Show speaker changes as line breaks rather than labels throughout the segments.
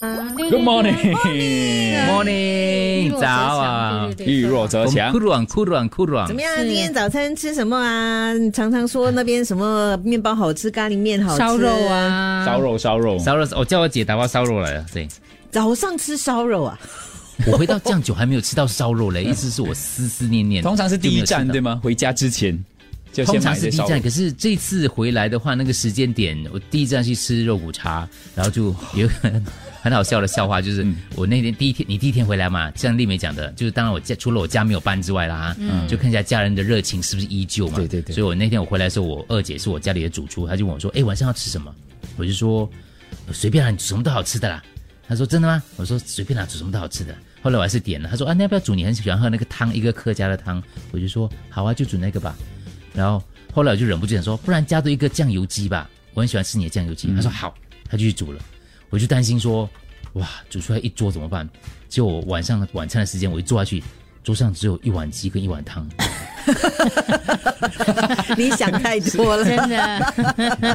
嗯
Good morning，
Morning，早啊！
遇弱则
我们
强
酷。软酷软酷软
怎，么样啊？
是
今天早餐吃什么啊？你常常说那边什么面包好吃，咖喱面好吃，
烧肉。啊，
烧肉，烧肉，
嗯烧肉，我哦叫我姐打包烧肉来了。对，
早上吃烧肉啊？
我回到酱酒还没有吃到烧肉嘞，一直是我思思念念。
通常是第一站
就没
对
有吃
吗？回家之前就
到？通
先
常
买些
是第一
烧肉
站，。可是这次回来的话，那个时间点，我第一站去吃肉骨茶，然后就有一个很很好笑的笑话，就是
嗯
我那天第一天，你第一天回来嘛，像丽梅讲的，就是当然我家除了我家没有搬之外啦，就看一下家人的热情是不是依旧嘛。
嗯对对对
所以我那天我回来的时候，我二姐是我家里的主厨，她就问我说：“哎，晚上要吃什么？”我就说：“呃随便啦，你煮什么都好吃的啦。”她说：“真的吗？”我说：“随便啦，啊煮什么都好吃的。”后来我还是点了，她说：“啊，那要不要煮你很喜欢喝那个汤，一个客家的汤？”我就说：“好啊，就煮那个吧。”然后后来我就忍不住想说，不然加多一个酱油鸡吧，我很喜欢吃你的酱油鸡。他说好，他就去煮了。我就担心说，哇，煮出来一桌怎么办？结果我晚上的晚餐的时间，我一坐下去，桌上只有一碗鸡跟一碗汤，
你想太多 了。
真的，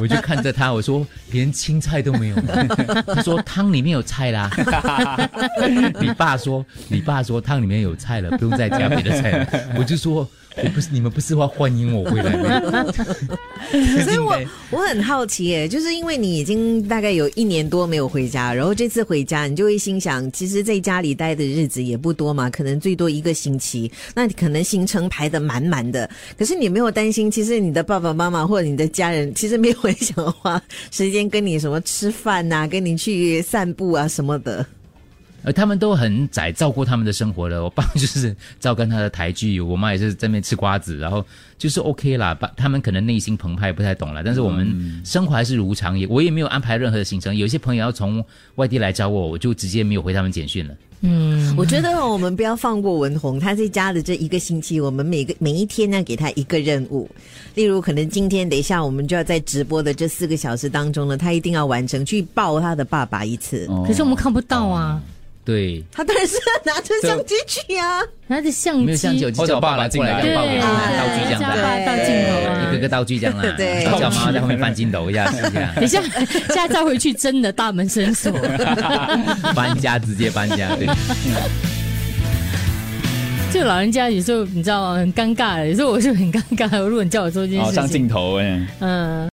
我就看着他，我说连青菜都没有。他说汤里面有菜 啦。你爸说，你爸说汤里面有菜了，不用再加别的菜了。我就说，我不是你们不是话欢迎我回来吗？
所以我我很好奇耶，就是因为你已经大概有一年多没有回家，然后这次回家，你就会心想，其实在家里待的日子也不多嘛，可能最多一个星期，那你可能行程排得满满的，可是你没有担心，其实你的爸爸妈妈或者你的家人，其实没有很想花时间跟你什么吃饭呐、跟你去散步啊什么的。
而呃他们都很宅，照顾他们的生活了。我爸就是照跟他的台剧，我妈也是在那边吃瓜子，然后就是 OK 啦。把他们可能内心澎湃，不太懂啦。但是我们生活还是如常，也我也没有安排任何的行程。有一些朋友要从外地来找我，我就直接没有回他们简讯了。
我觉得哦我们不要放过文红，他在家的这一个星期，我们每个每一天呢，给他一个任务，例如可能今天等一下我们就要在直播的这四个小时当中呢，他一定要完成去抱他的爸爸一次。
哦
可是我们看不到啊，
对，
他当然是要拿着相机去啊，
拿着相
没有相机，我
机，
就叫我爸爸进来，
或
叫
者
我爸爸
对，
进来，道具这样
叫
子
爸
啊，
爸倒镜头
一个
啊。
个道具这样 啦，
对
然后叫妈妈在后面翻筋斗一下，是不是啊
等一下， 下次回去真的大门深 锁。
搬家直接搬家，对。
这个老人家有时候你知道吗很尴尬，有时候我是很尴尬。如果你叫我做这件
哦，
事
上
情，
镜头哎。
嗯。